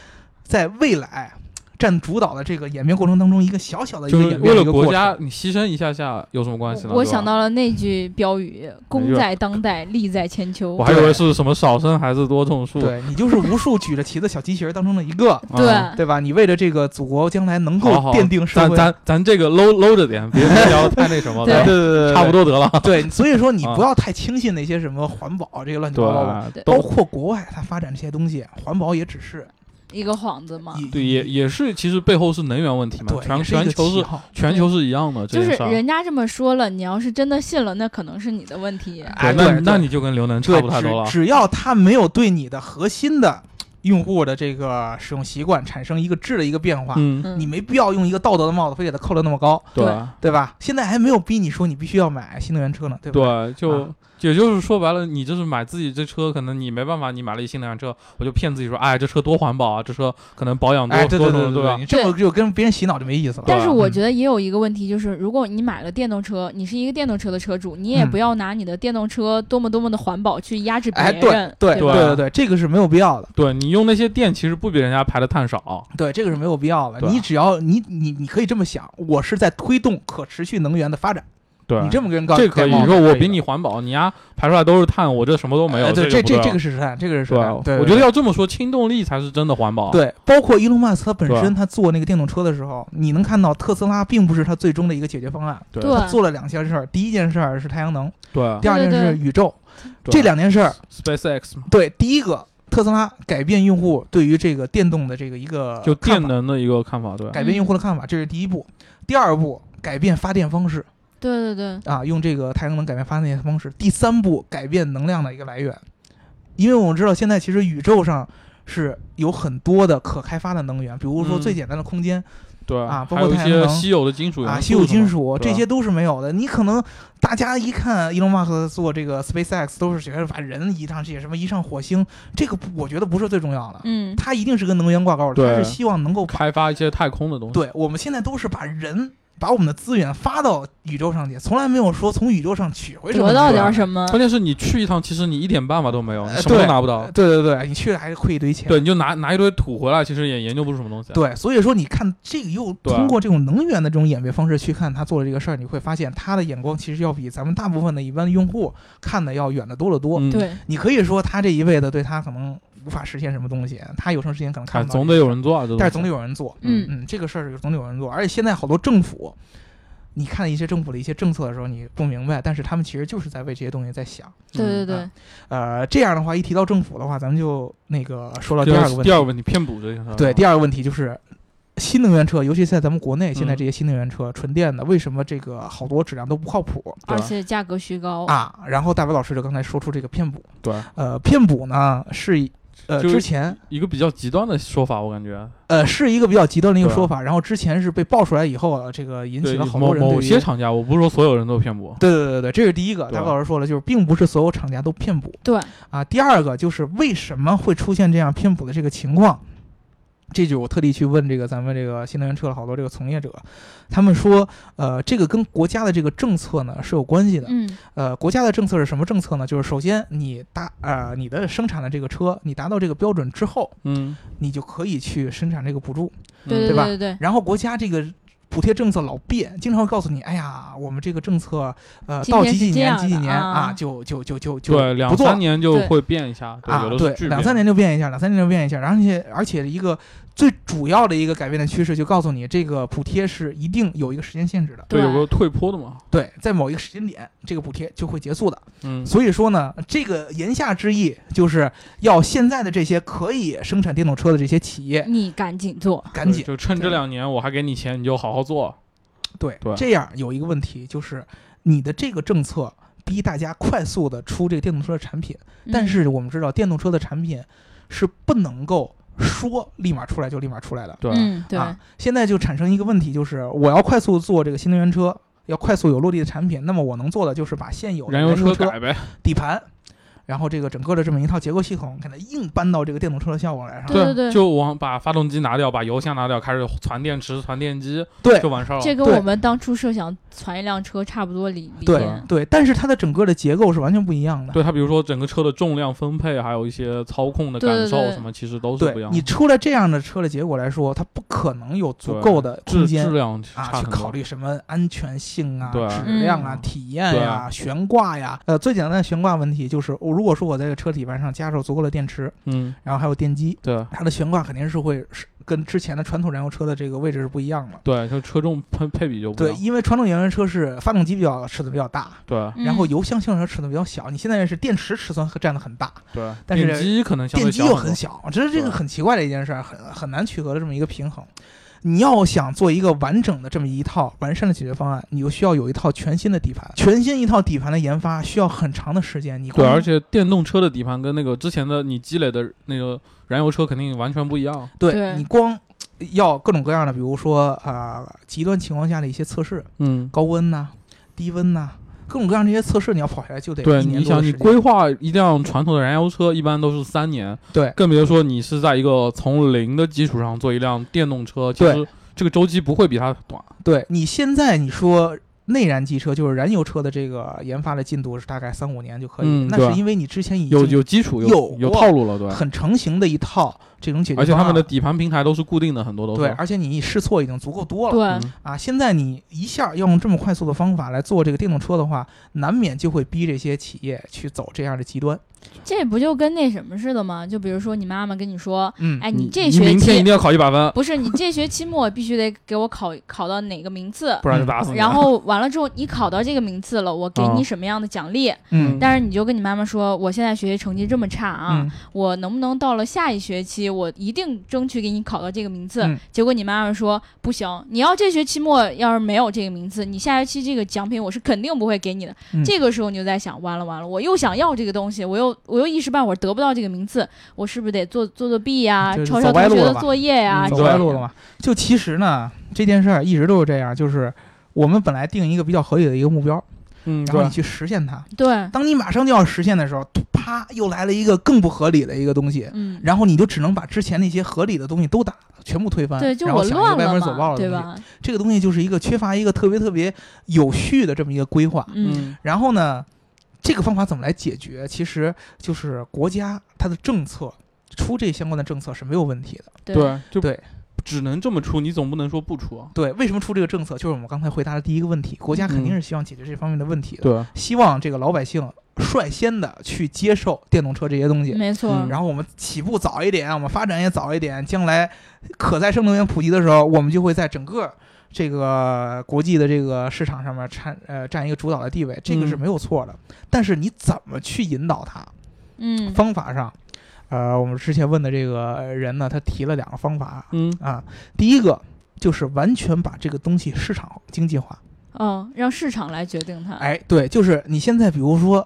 B: 在未来占主导的这个演变过程当中一个小小呃的一
C: 就
B: 个
C: 是
B: 演
C: 为
B: 变的
C: 了
B: 一个
C: 国
B: 过
C: 家
B: 程。，
C: 你牺牲一下下有什么关系呢？
A: 我
C: 对吧
A: 想，到了那句标语：“功
C: 就
A: 在当代，利在千秋。
C: 我”还以为是什么少生孩子多种树，
B: 对你就是无数举着旗子小机器人当中的一 个，
C: 啊
A: 对，
B: 对吧？你为了这个祖国将来能够
C: 好好
B: 奠定社
C: 咱
B: 会，
C: 咱咱这个搂搂着点，别别聊得太那什么
A: 对
B: 对
C: 了，
B: 对对对，
C: 差不。多得了。
B: 对，所以说你
C: 啊
B: 不要太轻信那些什么环保这些乱七八糟的，
C: 对，
B: 包
C: 都
B: 括国外它发展这些东西，环保也只是
A: 一个幌子嘛。
B: 也
C: 对，也也是，其实背后是能源问题嘛，
B: 对，
C: 全
B: 也是一
C: 全
B: 个
C: 球
B: 旗
C: 是
B: 号
C: 全球是一样的这
A: 就是
C: 件事儿。
A: 人家这么说了，你要是真的信了，那可能是你的问题。
B: 哎，
C: 那
B: 对
C: 那
B: 对
C: 你就跟刘能差不太多
B: 对，
C: 了
B: 只。只要它没有对你的核心的用户的这个使用习惯产生一个质的一个变化，
C: 嗯，
A: 嗯
B: 你没必要用一个道德的帽子非给它扣得那么高，
C: 对
A: 对
B: 对吧？现在还没有逼你说你必须要买新能源车呢，对吧？
C: 对，就
B: 啊
C: 也就是说白了，你就是买自己这车，可能你没办法，你买了一新能源车，我就骗自己说，哎，这车多环保啊，这车可能保养多
B: 哎，对
C: 多
B: 对
C: 什
B: 对
C: 么，
B: 对
C: 吧
B: 你？这么就跟别人洗脑就没意思了。
A: 但是
C: 吧
A: 我
B: 嗯
A: 觉得也有一个问题，就是如果你买了电动车，你是一个电动车的车主，你也
B: 嗯
A: 不要拿你的电动车多么多么的环保去压制别
B: 哎，
A: 人，
B: 对对
A: 吧
C: 对
B: 对对，这个是没有必要的，
C: 对你用那些电，其实不比人家排的碳少。
B: 对，这个是没有必要的。
C: 对啊
B: 你只要你你你可以这么想，我是在推动可持续能源的发展，
C: 对，
B: 你这么跟人告
C: 这可以，
B: 盖帽
C: 你
B: 子
C: 说我
B: 可以
C: 比
B: 的
C: 你环保，你丫排出来都是碳，我这什么都没有。
B: 哎对，
C: 这
B: 这这
C: 不对
B: 个是实战，这个是实
C: 对啊
B: 战。对，
C: 我觉得要这么说，轻动力才是真的环保。
B: 对，包括伊隆马斯克本
C: 对
B: 身他做那个电动车的时候，你能看到特斯拉并不是他最终的一个解决方案，
C: 对
B: 他做了两件事儿，第一件事儿是太阳能，
C: 对
B: 第二件事
A: 对
B: 是
A: 对
B: 宇宙，
C: 啊对
B: 这两件事儿，
C: SpaceX 嘛，
B: 对，第一个特斯拉改变用户对于这个电动的这个一个
C: 就
B: 呃看
C: 电
B: 法
C: 能的一个看法，对
B: 改变用户的看法，这是第一步，第二步。改变发电方式
A: 对对对，
B: 啊，用这个太阳能改变发电方式。第三步，改变能量的一个来源，因为我们知道现在其实宇宙上是有很多的可开发的能源，比如说
C: 嗯
B: 最简单的空间，
C: 对
B: 啊包
C: 还有
B: 括
C: 一
B: 太阳
C: 些
B: 能
C: 稀有的金属元
B: 啊，
C: 素
B: 稀有
C: 什
B: 金
C: 么
B: 属
C: 对
B: 这些都是没有的。你可能大家一看伊隆马斯克做这个 SpaceX，都是觉得把人移上去，什么移上火星，这个不我觉得不是最重要的，
A: 嗯，
B: 它一定是跟能源挂钩的，它
C: 对
B: 是希望能够把
C: 开发一些太空的东西。
B: 对我们现在都是把人。把我们的资源发到宇宙上去，从来没有说从宇宙上取回什么啊
A: 得到
B: 东西
A: 点儿
B: 来。
A: 什么？
C: 关键是你去一趟，其实你一点办法都没有，你
B: 呃
C: 什么都
B: 对
C: 拿不到。
B: 对对对，你去了还是亏一堆钱。
C: 啊对，你就拿拿一堆土回来，其实也研究不出什么东西。
B: 对，所以说你看这个又
C: 对
B: 通过这种能源的这种演变方式去看他做的这个事儿，你会发现他的眼光其实要比咱们大部分的一般用户看的要远得多得多。
C: 嗯，
A: 对，
B: 你可以说他这一辈子对他可能无法实现什么东西，他有生之年可能
C: 哎，
B: 看不到
C: 总
B: 这
C: 得
B: 个
C: 有
B: 事儿，
C: 人做啊，这
B: 但是
C: 东
B: 总
C: 西
B: 得有人做。
A: 嗯，
B: 嗯，这个事儿总得有人做，而且现在好多政府。你看一些政府的一些政策的时候，你不明白，但是他们其实就是在为这些东西在想。
A: 对对对，
B: 呃，这样的话，一提到政府的话，咱们就那个说到
C: 第
B: 第二个
C: 个
B: 问题，
C: 问题偏补这件事儿。啊
B: 对，第二个问题就是新能源车，尤其在咱们国内，现
C: 嗯
B: 在这些新能源车、纯电的，为什么这个好多质量都不靠谱
A: 而且价格虚高，
B: 啊？然后大白老师就刚才说出这个骗补，
C: 对
B: 呃，骗补呢是一呃
C: 就是
B: 之前
C: 一个比较极端的说法，我感觉
B: 呃是一个比较极端的一个
C: 对啊
B: 说法，然后之前是被爆出来以后，呃这个引起
C: 对
B: 了好
C: 某
B: 多人对
C: 某
B: 于
C: 些厂家，我不是说所有人都骗补，
B: 对对对对，这是第一个。
C: 对啊
B: 大白老师说了，就是并不是所有厂家都骗补
A: 对，
B: 啊。第二个就是为什么会出现这样骗补的这个情况？这就是我特地去问这个咱们这个新能源车的好多这个从业者，他们说，呃，这个跟国家的这个政策呢是有关系的。
A: 嗯，
B: 呃，国家的政策是什么政策呢？就是首先你达呃你的生产的这个车，你达到这个标准之后，
C: 嗯，
B: 你就可以去生产这个补助。
A: 对
B: 对吧
A: 对 对，
B: 然后国家这个补贴政策老变，经常会告诉你，哎呀，我们这个政策，呃，
A: 今
B: 到
A: 年
B: 几
A: 是
B: 几
A: 这
B: 年
A: 样
B: 几几
A: 的
B: 年
A: 啊
B: 就就就就就
C: 对，两
B: 不做
C: 三
B: 了
C: 年就
A: 对
C: 会变一下，对，
B: 啊
C: 有，的
B: 对
C: 是，巨
B: 两
C: 变
B: 三年就变一下，两三年就变一下，而且而且一个最主要的一个改变的趋势，就告诉你这个补贴是一定有一个时间限制的，
C: 对有个退坡的嘛，
B: 对，在某一个时间点，这个补贴就会结束的。
C: 嗯，
B: 所以说呢，这个言下之意就是要现在的这些可以生产电动车的这些企业，
A: 你赶紧做，
B: 赶紧
C: 就趁这
B: 对
C: 两年我还给你钱，你就好好做。
B: 对，
C: 对
B: 这样有一个问题就是，你的这个政策逼大家快速的出这个电动车的产品，但
A: 嗯
B: 是我们知道电动车的产品是不能够说立马出来就立马出来的。
C: 对，
A: 嗯，对，
B: 啊，现在就产生一个问题，就是我要快速做这个新能源车，要快速有落地的产品，那么我能做的就是把现有的
C: 燃
B: 油
C: 油车
B: 车
C: 改呗，
B: 底盘。然后这个整个的这么一套结构系统，给它硬搬到这个电动车的效果来上，
A: 对对对
C: 就往把发动机拿掉，把油箱拿掉，开始传电池、传电机，
B: 对
C: 就完事儿了。
A: 这跟
B: 对
A: 我们当初设想攒一辆车差不多理理
B: 对
A: 念，
B: 对，但是它的整个的结构是完全不一样的。
C: 对它，比如说整个车的重量分配，还有一些操控的
A: 对
C: 感
A: 对
C: 受
A: 对
C: 什么，其实都是
B: 对
C: 不一样
B: 你
C: 的。
B: 出来这样的车的结果来说，它不可能有足
C: 对
B: 够的空
C: 质质
B: 间
C: 量其实
B: 啊
C: 差
B: 去
C: 很多
B: 考虑什么安全性啊、
C: 对
B: 质量啊、
C: 嗯
B: 体验呀、悬挂呀。呃，最简单的悬挂问题就是，我如果说我在这个车底盘上加入足够的电池，
C: 嗯，
B: 然后还有电机，
C: 对
B: 它的悬挂肯定是会是跟之前的传统燃油车的这个位置是不一样了。
C: 对，就车重配配比就不一
B: 对，
C: 样。
B: 因为传统燃油车是发动机比较尺寸比较大，
C: 对
B: 然后
A: 嗯
B: 油箱性能尺寸比较小。你现在是电池尺寸占的很大，
C: 对，
B: 但是
C: 电机可能相
B: 电
C: 对
B: 机
C: 小
B: 又
C: 很
B: 很
C: 多。
B: 小，这是这个
C: 对
B: 很奇怪的一件事儿，很很难取得的这么一个平衡。你要想做一个完整的这么一套完善的解决方案，你就需要有一套全新的底盘。全新一套底盘的研发需要很长的时间。你
C: 对，
B: 光
C: 而且电动车的底盘跟那个之前的你积累的那个燃油车肯定完全不一样。
B: 对
A: 对
B: 你光要各种各样的，比如说啊、极端情况下的一些测试，
C: 嗯，
B: 高温呐、低温呐、各种各样这些测试，你要跑下来就得
C: 对，
B: 一年多
C: 你
B: 的
C: 想
B: 时
C: 你
B: 间
C: 规划一辆传统的燃油车，一般都是三年，
B: 对
C: 更别说你是在一个从零的基础上做一辆电动车，其
B: 对
C: 实这个周期不会比它短。
B: 对你现在你说内燃机车就是燃油车的这个研发的进度是大概三五年就可以，
C: 嗯
B: 那
C: 对
B: 是因为你之前已
C: 有
B: 经
C: 有基础，
B: 有
C: 有有
B: 过
C: 套路了，对。
B: 很成型的一套这种解决
C: 而且
B: 方
C: 他
B: 案
C: 们
B: 了
C: 的底盘平台都是固定的，很多都是。
B: 对，而且你试错已经足够多了。
A: 对
C: 嗯，
B: 啊，现在你一下要用这么快速的方法来做这个电动车的话，难免就会逼这些企业去走这样的极端。
A: 这不就跟那什么似的吗？就比如说你妈妈跟你说，
B: 嗯，
A: 哎，
C: 你
A: 这
C: 你
A: 学
C: 明天一
A: 期嗯
C: 定要考一百分，
A: 不是你这学期末必须得给我考 考到哪个名
B: 哦
A: 次，
C: 不然就打死你。
A: 然，后完了之后你考到这个名次了，我给你
C: 啊
A: 什么样的奖励？
B: 哦嗯
A: 但是你就跟你妈妈说，我现在学习成绩这么差啊，
B: 嗯，
A: 我能不能到了下一学期，我一定争取给你考到这个名次？
B: 嗯
A: 结果你妈妈说不行，你要这学期末要是没有这个名次，你下学期这个奖品我是肯定不会给你的。
B: 嗯
A: 这个时候你就在想，完了完了，我又想要这个东西，我又我又一时半会儿得不到这个名次，我是不是得做做作弊呀、
B: 就是
A: 抄
B: 走
A: 抄
B: 歪
A: 同学
B: 路了
A: 的
B: 吧
A: 作业呀、
C: 嗯
A: 之
B: 走
A: 类
B: 歪
A: 的
B: 路了嘛。就其实呢，这件事儿一直都是这样，就是我们本来定一个比较合理的一个目标，
C: 嗯，
B: 然后
C: 对
B: 你，去实现它。
A: 对，
B: 当你马上就要实现的时候，突啪又来了一个更不合理的一个东西，
A: 嗯，
B: 然后你就只能把之前那些合理的东西都打全部推翻，
A: 对，就
B: 然
A: 我
B: 后想一
A: 乱
B: 个歪门左
A: 嘛，
B: 道的
A: 对
B: 东西。
A: 吧？
B: 这个东西就是一个缺乏一个特别特别有序的这么一个规划。
A: 嗯，
B: 然后呢，这个方法怎么来解决？其实就是国家它的政策出这相关的政策是没有问题的。
A: 对
C: 对，就
B: 对
C: 只能这么出，你总不能说不出啊。
B: 对，为什么出这个政策？就是我们刚才回答的第一个问题，国家肯定是希望解决这方面的问题的，
C: 对，
B: 希望这个老百姓率先的去接受电动车这些东西。
A: 没错，
C: 嗯
B: 然后我们起步早一点，我们发展也早一点，将来可再生能源普及的时候，我们就会在整个这个国际的这个市场上面占呃占一个主导的地位，这个是
C: 嗯
B: 没有错的。但是你怎么去引导它？
A: 嗯，
B: 方法上，呃，我们之前问的这个人呢，他提了两个方法
C: 嗯，
B: 啊，第一个。就是完全把这个东西市场经济化，
A: 嗯，让市场来决定它。，
C: 嗯
B: 哎，对，就是你现在比如说，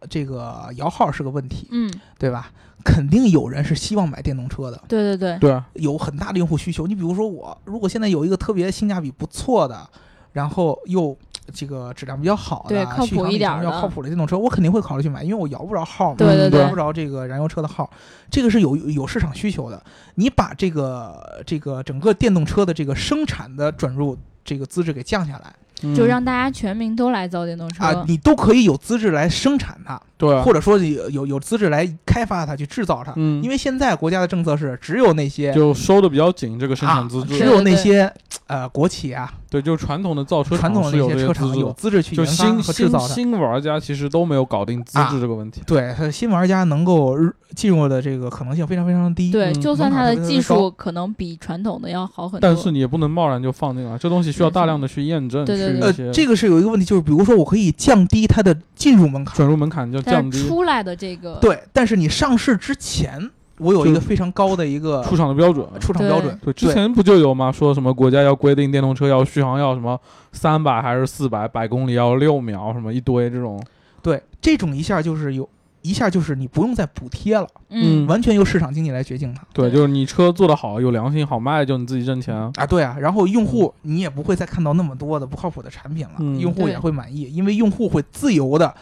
B: 呃这个摇号是个问题，
A: 嗯，
B: 对吧？肯定有人是希望买电动车的，
A: 对对对，
C: 对，啊
B: 有很大的用户需求。你比如说我，如果现在有一个特别性价比不错的，然后又这个质量比较好的、
A: 对靠谱
B: 续航里
A: 一点儿
B: 程比
A: 的
B: 较靠谱的电动车，我肯定会考虑去买，因为我摇不着号嘛，
A: 对
C: 对
B: 摇
C: 对
B: 不着这个燃油车的号，这个是有有市场需求的。你把这个这个整个电动车的这个生产的转入。这个资质给降下来
C: 嗯
A: 就让大家全民都来造电动车。
B: 啊，你都可以有资质来生产它，
C: 对，
B: 或者说有有有资质来开发它、去制造它。
C: 啊嗯
B: 因为现在国家的政策是只有那些
C: 就收的比较紧，这个生产资
B: 啊、只
C: 质。
B: 有
A: 对对对
B: 那些呃国企啊，
C: 对，就传统的造车
B: 传统
C: 厂
B: 的
C: 是
B: 那
C: 有这
B: 些车
C: 些资
B: 厂
C: 质
B: 有
C: 的，
B: 资质去
C: 就
B: 研发
C: 新
B: 和制
C: 新
B: 造的。
C: 新玩家其实都没有搞定资
B: 啊
C: 质这个问题。
B: 对，它新玩家能够入进入的这个可能性非常非常低。
A: 对，
C: 嗯
A: 就算它的
B: 门槛
A: 技
B: 特别高
A: 术可能比传统的要好很多，
C: 但是你也不能贸然就放进来，这东西需要大量的去验证，
A: 对对
C: 去
A: 对
B: 呃
C: 一，些
B: 这个是有一个问题，就是比如说我可以降低它的进入门槛，
C: 准入门槛就降
A: 但是
C: 低，
A: 出来的这个，
B: 对，但是你上市之前，我有一个非常高的一个
C: 出厂的标准。
B: 出厂标准。
C: 对，之前不就有吗？说什么国家要规定电动车要续航要什么三百还是四百，百公里要六秒，什么一堆这种。
B: 对这种一下就是有。一下就是你不用再补贴了，
A: 嗯
C: 嗯
B: 完全由市场经济来决定它
C: 对，
A: 对
C: 就是你车做得好，有良心，好卖，就你自己挣钱。
B: 啊，对啊，然后用户你也不会再看到那么多的不靠谱的产品了，
C: 嗯
B: 用户
A: 对
B: 也会满意，因为用户会自由的、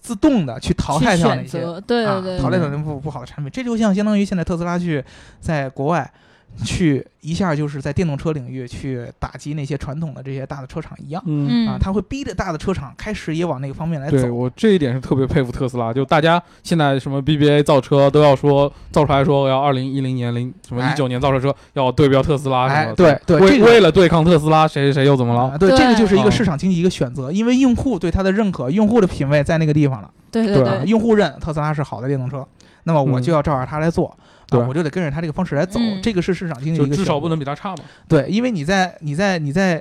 B: 自动的去淘
A: 去
B: 汰掉那
A: 选
B: 些
A: 择，对对对，
B: 啊，淘汰
A: 对
B: 掉
C: 嗯
B: 那不不好的产品，这就像相当于现在特斯拉去在国外去一下就是在电动车领域去打击那些传统的这些大的车厂一样、
C: 嗯，
A: 嗯
B: 啊，它会逼着大的车厂开始也往那个方面来
C: 对
B: 哎走。
C: 我这一点是特别佩服特斯拉，就大家现在什么 BBA 造车都要说造出来说要二零一零年零什么
B: 哎
C: 一九年造出来车要对标特斯拉什
B: 哎
C: 么，的。
B: 对对，
C: 为
B: 这个
C: 为了对抗特斯拉，谁谁谁又怎么了？
B: 啊对，这个就是一个
C: 对
B: 市场经济一个选择，因为用户对它的认可，用户的品味在那个地方了，
A: 对
C: 对
A: 对
B: 啊用户认特斯拉是好的电动车，那么我就要照着它来做，
C: 嗯对
B: 啊，我就得跟着它这个方式来走，
A: 嗯
B: 这个是市场经济的嗯
C: 就
B: 一个
C: 至少
B: 选
C: 不
B: 择
C: 能比它差嘛。
B: 对，因为你在你在你在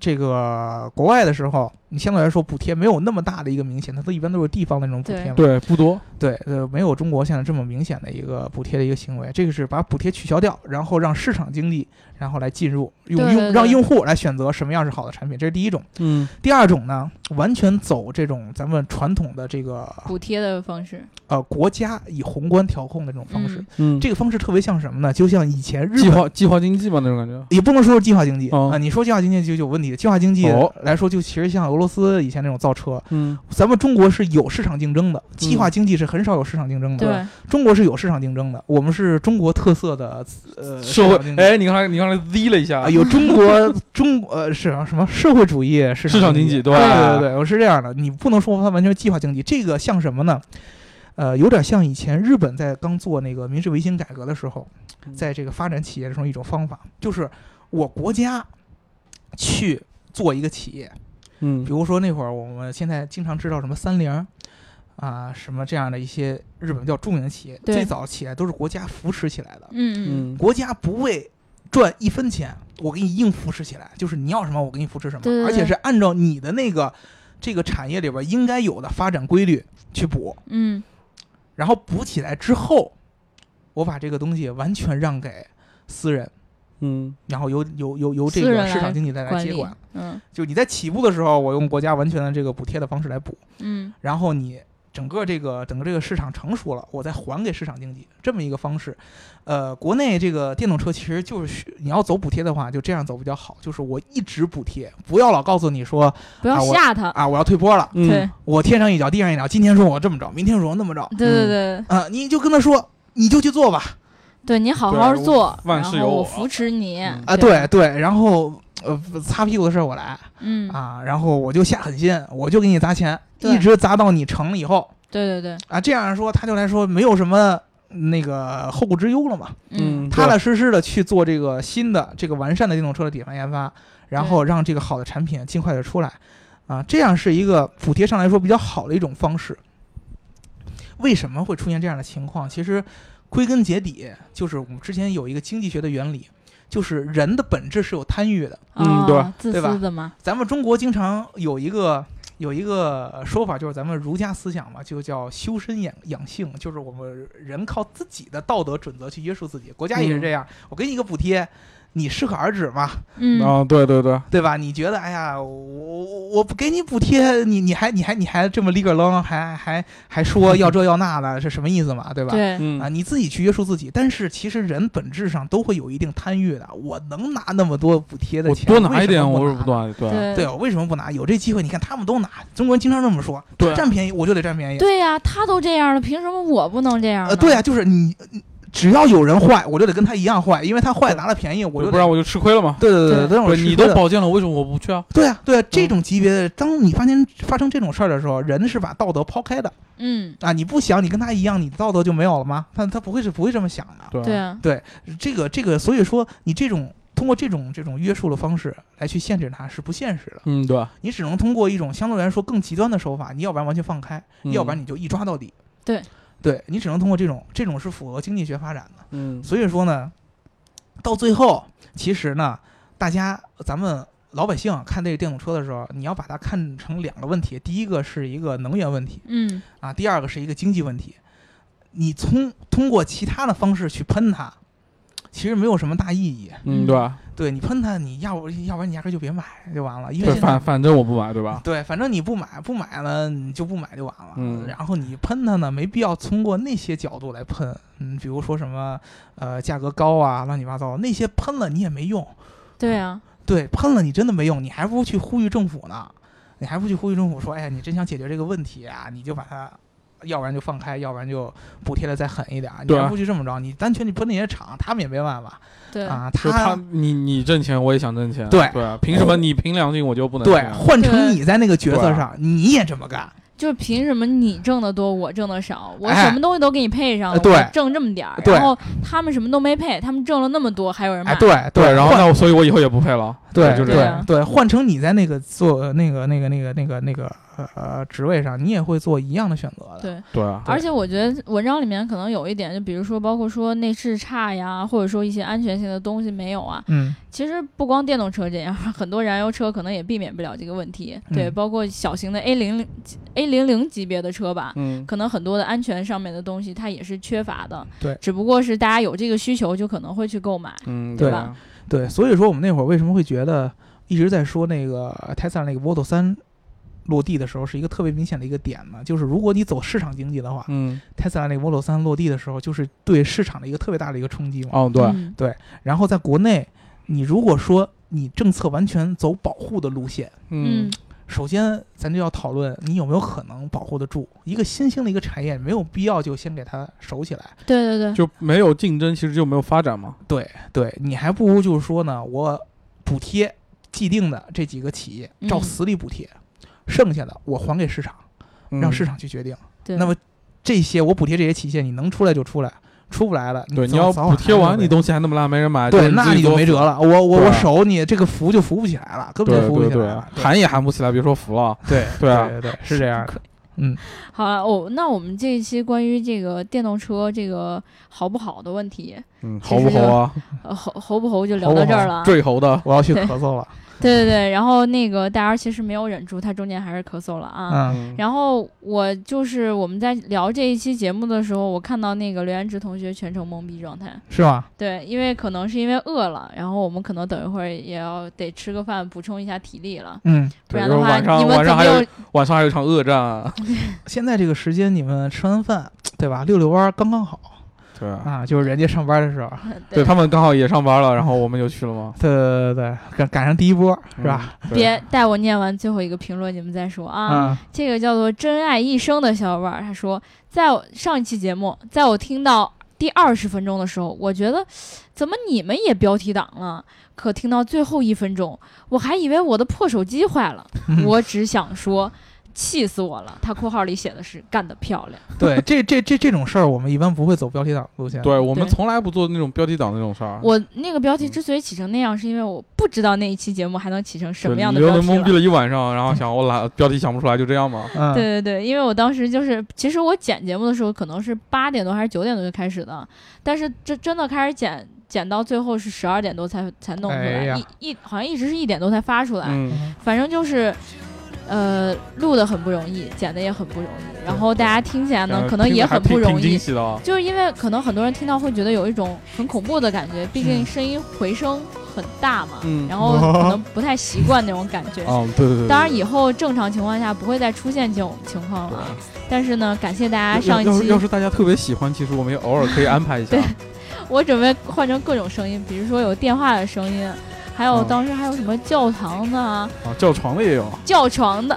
B: 这个国外的时候，你相对来说补贴没有那么大的一个明显，它都一般都是地方的那种补贴嘛，
C: 对，不多。
B: 对，呃，没有中国现在这么明显的一个补贴的一个行为，这个是把补贴取消掉，然后让市场经济，然后来进入，用
A: 对
B: 用
A: 对
B: 让
A: 对
B: 用户来选择什么样是好的产品，这是第一种。
C: 嗯，
B: 第二种呢，完全走这种咱们传统的这个
A: 补贴的方式，
B: 呃国家以宏观调控的这种方式，
A: 嗯
C: 嗯，
B: 这个方式特别像什么呢？就像以前日
C: 计
B: 本。
C: 划计划经济嘛那种感觉。
B: 也不能说是计划经济啊、
C: 哦
B: 你说计划经济就就有问题。计划经济
C: 哦
B: 来说，就其实像俄罗斯以前那种造车，
C: 嗯，
B: 咱们中国是有市场竞争的，计划经济是很少有市场竞争的。
A: 对，
B: 中国是有市场竞争的，我们是中国特色的呃
C: 社会
B: 市场竞，争
C: 哎，你刚才你刚才 Z 了一下
B: 啊，， 有中国中呃是啊什么社会主义市
C: 市场
B: 经
C: 经济，
B: 济，
C: 对
B: 对
C: 吧
B: 对对，我是这样的，你不能说它完全是计划经济，这个像什么呢？呃，有点像以前日本在刚做那个明治维新改革的时候，在这个发展企业的时候一种方法，就是我国家去做一个企业，
C: 嗯
B: 比如说那会儿我们现在经常知道什么三菱儿啊，什么这样的一些日本比较著名的企业，
A: 对
B: 最早起来都是国家扶持起来的，
A: 嗯嗯，
C: 嗯，
B: 国家不为赚一分钱，我给你硬扶持起来，就是你要什么我给你扶持什么，
A: 对对对
B: 而且是按照你的那个这个产业里边应该有的发展规律去补，
A: 嗯，
B: 然后补起来之后，我把这个东西完全让给私人。
C: 嗯，
B: 然后由由由由这
A: 私
B: 个
A: 人来
B: 市场经济再来
A: 管
B: 接
A: 理
B: 管，，
A: 嗯
B: 就你在起步的时候，我用国家完全的这个补贴的方式来补，
A: 嗯，
B: 然后你整个这个整个这个市场成熟了，我再还给市场经济这么一个方式。呃，国内这个电动车其实就是需你要走补贴的话，就这样走比较好，就是我一直补贴，不要老告诉你说
A: 不要
B: 啊我
A: 吓他，
B: 啊我要退坡了，
C: 嗯
A: 对，
B: 我天上一脚地上一脚，今天说我这么着，明天说我那么着，
A: 对对对
B: 啊、你就跟他说你就去做吧，
A: 对，你好
C: 对
A: 好
C: 我
A: 做，
C: 万
A: 然
C: 事
A: 后
C: 有
A: 我
C: 我
A: 扶持你
C: 嗯
B: 啊对对，然后呃擦屁股的事儿我来。
A: 嗯，
B: 啊，然后我就下狠心，我就给你砸钱，
A: 对
B: 一直砸到你成了以后
A: 对对对，
B: 啊，这样说他就来说没有什么那个后顾之忧了嘛，
A: 嗯，
C: 对
B: 踏踏实实的去做这个新的这个完善的电动车的底盘研发，然后让这个好的产品尽快的出来，啊，这样是一个补贴上来说比较好的一种方式。为什么会出现这样的情况？其实归根结底就是我们之前有一个经济学的原理，就是人的本质是有贪欲的。
C: 嗯
A: 啊
C: 对，
A: 自
B: 对吧
A: 私的嘛，
B: 咱们中国经常有一个有一个呃说法，就是咱们儒家思想嘛，就叫修身养养性，就是我们人靠自己的道德准则去约束自己。国家也是这样，我给你一个补贴，你适可而止嘛，
A: 嗯，
C: 啊，对对对，
B: 对吧？你觉得，哎呀，我我我不给你补贴，你你还你还你还这么立个愣，还还还 说要这要那的，是什么意思嘛？对吧？
A: 对，
B: 啊，
C: 嗯，
B: 你自己去约束自己，但是其实人本质上都会有一定贪欲的。我能拿那么多补贴的
C: 我
B: 钱，
C: 多拿一点，
B: 为什么
C: 我
B: 不
C: 是
B: 拿
C: 不断，对，啊
A: 对
B: 对，我为什么不拿？有这机会，你看他们都拿，中国人经常这么说，
C: 对啊
B: 占便宜我就得占便宜。
A: 对呀、他都这样了，凭什么我不能这样呢？
B: 呃，对啊，就是你，你只要有人坏，我就得跟他一样坏，因为他坏拿了便宜，我就
C: 不
B: 得
C: 然我就吃亏了嘛。
B: 对对对
A: 对
B: 对，这种
C: 对，
B: 是
C: 你
B: 对
C: 都
B: 的
C: 保健了，为什么我不去啊？
B: 对啊对啊，这种级别的，当你发现发生这种事儿的时候，人是把道德抛开的
A: 嗯，
B: 啊！你不想你跟他一样，你的道德就没有了吗？他他不会是不会这么想的。
C: 对
A: 对啊，
B: 这个这个，所以说你这种通过这种这种约束的方式来去限制他是不现实的，
C: 嗯，对，
B: 你只能通过一种相对来说更极端的手法，你要不然完全放开。
C: 嗯
B: 要不然你就一抓到底。
A: 对，
B: 对你只能通过这种，这种是符合经济学发展的。
C: 嗯，
B: 所以说呢，到最后，其实呢，大家咱们老百姓看这个电动车的时候，你要把它看成两个问题，第一个是一个能源问题
A: 嗯，
B: 啊，第二个是一个经济问题。你从通过其他的方式去喷它，其实没有什么大意义。
C: 嗯，对，
B: 对你喷它，你要不要不然你压根儿就别买就完了，因为
C: 对，
B: 现在
C: 反反正我不买，对吧？
B: 对，反正你不买，不买了你就不买就完了。
C: 嗯
B: 然后你喷它呢，没必要通过那些角度来喷，嗯，比如说什么呃价格高啊，乱七八糟那些喷了你也没用，
A: 对啊，
B: 对，喷了你真的没用，你还不如去呼吁政府呢，你还不如去呼吁政府说，哎呀，你真想解决这个问题啊，你就把它。要不然就放开，要不然就补贴的再狠一点儿。你
C: 对啊
B: 还不如去这么着，你单全你喷那些厂，他们也没办法
A: 对，
B: 啊。
C: 就他，你你挣钱，我也想挣钱，
B: 对嗯
C: 对，啊凭什么你凭良心我就不能这啊
B: 对
C: 样？
B: 换成
A: 对
B: 你在那个角
C: 对
B: 色
C: 啊
B: 上，你也这么干，
A: 就是凭什么你挣得多，我挣得少？我
B: 哎
A: 什么东西都给你配上了，
B: 呃对
A: 我挣这么点儿，
B: 对
A: 然后他们什么都没配，他们挣了那么多，还有人买，
B: 哎，对
C: 对，然后
B: 换
C: 那我所以我以后也不配了。
B: 对啊
C: 就这
A: 样
B: 对对，换成你在那个做那个那个那个那个那个呃职位上，你也会做一样的选择的。
A: 对，
C: 对啊，
A: 而且我觉得文章里面可能有一点，就比如说包括说内饰差呀，或者说一些安全性的东西没有啊。
B: 嗯，
A: 其实不光电动车这样， 很多燃油车可能也避免不了这个问题。
B: 嗯
A: 对，包括小型的 A 零 A 零零级别的车吧，
C: 嗯，
A: 可能很多的安全上面的东西它也是缺乏的。
B: 对
A: 只不过是大家有这个需求，就可能会去购买。
C: 嗯，
B: 对
C: 吧？
B: 对，所以说我们那会儿为什么会觉得一直在说那个呃 Tesla 那个 Model 三落地的时候是一个特别明显的一个点呢？就是如果你走市场经济的话、
C: 嗯，
B: t e s l a 那个 Model 三落地的时候就是对市场的一个特别大的一个冲击嘛。
C: 哦，对，
A: 嗯
B: 然后在国内，你如果说你政策完全走保护的路线，
A: 嗯，
B: 首先咱就要讨论你有没有可能保护得住一个新兴的一个产业，没有必要就先给它守起来。
A: 对对对，
C: 就没有竞争，其实就没有发展嘛。
B: 对对，你还不如就是说呢，我补贴既定的这几个企业，
A: 嗯
B: 照死里补贴，剩下的我还给市场，嗯
C: 嗯
B: 让市场去决定。
A: 对
B: 那么这些我补贴这些企业，你能出来就出来，出不来了，
C: 对，
B: 早
C: 你要
B: 早晚
C: 补贴
B: 还是
C: 完，
B: 得
C: 你东西还那么烂，没人买，
B: 对，
C: 是
B: 那
C: 自己
B: 你就
C: 多
B: 没辙了。我我
C: 对
B: 我
C: 啊
B: 守你这个扶就扶不起来了，根本
C: 对
B: 就扶不
C: 对
B: 起来
C: 对啊
B: 了，。
C: 喊也喊不起来，别说服了。
B: 对
C: 对啊
B: 对对，是这样的。嗯，
A: 好了，我、那我们这一期关于这个电动车这个好不好的问题，
C: 嗯，
A: 其
C: 猴不
A: 实
C: 猴啊？
A: 呃，猴猴不猴就聊
B: 猴不
A: 到这儿
B: 猴
A: 了啊。
C: 最猴的，
B: 我要去
A: 对
B: 咳嗽了。
A: 对对对，然后那个大家其实没有忍住，他中间还是咳嗽了啊。
B: 嗯
C: 嗯
A: 然后我就是我们在聊这一期节目的时候，我看到那个刘元直同学全程懵逼状态。
B: 是吗？
A: 对，因为可能是因为饿了，然后我们可能等一会儿也要得吃个饭补充一下体力了，
B: 嗯，
A: 不
C: 对
A: 然
C: 就
A: 的
C: 是
A: 话
C: 晚上
A: 你们
C: 晚
A: 怎
C: 上
A: 么
C: 还有
A: 有
C: 晚上还有一场恶战啊。
B: 现在这个时间你们吃完饭，对吧？遛遛弯儿刚刚好
C: 对啊，
B: 啊，就是人家上班的时候。
C: 对他们刚好也上班了，然后我们就去了嘛，
B: 对对对对，赶赶上第一波 是吧？
C: 嗯？对
A: 别待我念完最后一个评论，你们再说啊。
B: 嗯，
A: 这个叫做“真爱一生”的小伙伴儿，他说，在我上一期节目，在我听到第二十分钟的时候，我觉得怎么你们也标题党了？可听到最后一分钟，我还以为我的破手机坏了。我只想说，气死我了！他括号里写的是“干得漂亮
B: 嗯对，这这这这种事儿，我们一般不会走标题党路线。
C: 对我们
A: 对
C: 从来不做那种标题党那种事儿”。。
A: 我那个标题之所以起成那样，是因为我不知道那一期节目还能起成什么样的
C: 刘
A: 标
C: 能
A: 题啊了
C: 懵逼。了一晚上，然后想我懒，标题想不出来，就这 样嘛。
B: 嗯，
A: 对对对，因为我当时就是，其实我剪节目的时候可能是八点多还是九点多就开始的，但是这真的开始剪，剪到最后是十二点多才才弄出
B: 哎
A: 来，
B: 呀
A: 一一好像一直是一点多才发出来，
C: 嗯，
B: 嗯
A: 反正就是。呃，录的很不容易，剪的也很不容易，然后大家听起来呢，可能
C: 呃听着
A: 也
C: 还
A: 很
C: 挺
A: 不容
C: 挺惊
A: 易，
C: 喜的啊。
A: 就是因为可能很多人听到会觉得有一种很恐怖的感觉，毕竟
B: 嗯
A: 声音回声很大嘛，
C: 嗯
A: 然后可能不太习惯那种感 觉。
C: 嗯，对对对。
A: 当然，以后正常情况下不会再出现这种情况了。但是呢，感谢大家
C: 要
A: 上一
C: 要是要
A: 期，
C: 是大家特别喜欢，其实我们也偶尔可以安排一下
A: 对。我准备换成各种声音，比如说有电话的声音，还有
C: 嗯
A: 当时还有什么教堂的、啊、
C: 啊，叫床的也 有
A: 教床的、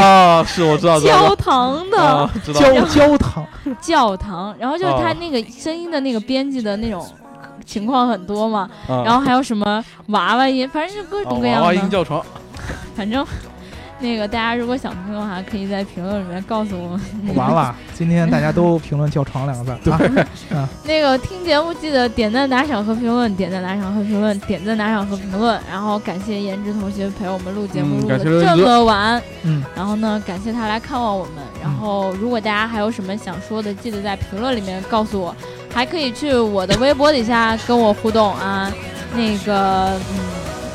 C: 啊，是我知道，知道
A: 教堂
C: 知道
A: 的
C: 啊、知道。
B: 焦 焦糖，
A: 教堂，然后就是它
C: 哦
A: 那个声音的那个编辑的那种情况很多嘛，
C: 嗯
A: 然后还有什么娃娃音，反正就各
C: 啊
A: 种各样
C: 娃娃音
A: 的，
C: 叫床，
A: 反正。那个大家如果想听的话，可以在评论里面告诉我们。
B: 完了，今天大家都评论“教床”两个字。啊对，
A: 那个听节目记得点赞、打赏和评论，点赞、打赏和评论，点赞、打赏和评论。然后感谢颜值同学陪我们录节目
C: 嗯
A: 录的
C: 感谢颜值
A: 这么晚，
B: 嗯，
A: 然后呢，感谢他来看望我们。然
B: 嗯
A: 后如果大家还有什么想说的，记得在评论里面告诉我，还可以去我的微博底下跟我互动啊。那个，嗯，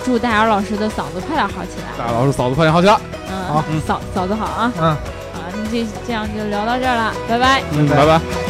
A: 祝大姚老师的嗓子快点好起来，
C: 大老师嫂子快点好起来，
A: 嗯，
B: 好
A: 嗓嗓子好啊。
B: 嗯，
A: 好，那这这样就聊到这儿了，拜拜。
C: 嗯，
B: 拜
C: 拜
B: 拜
C: 拜。
B: 拜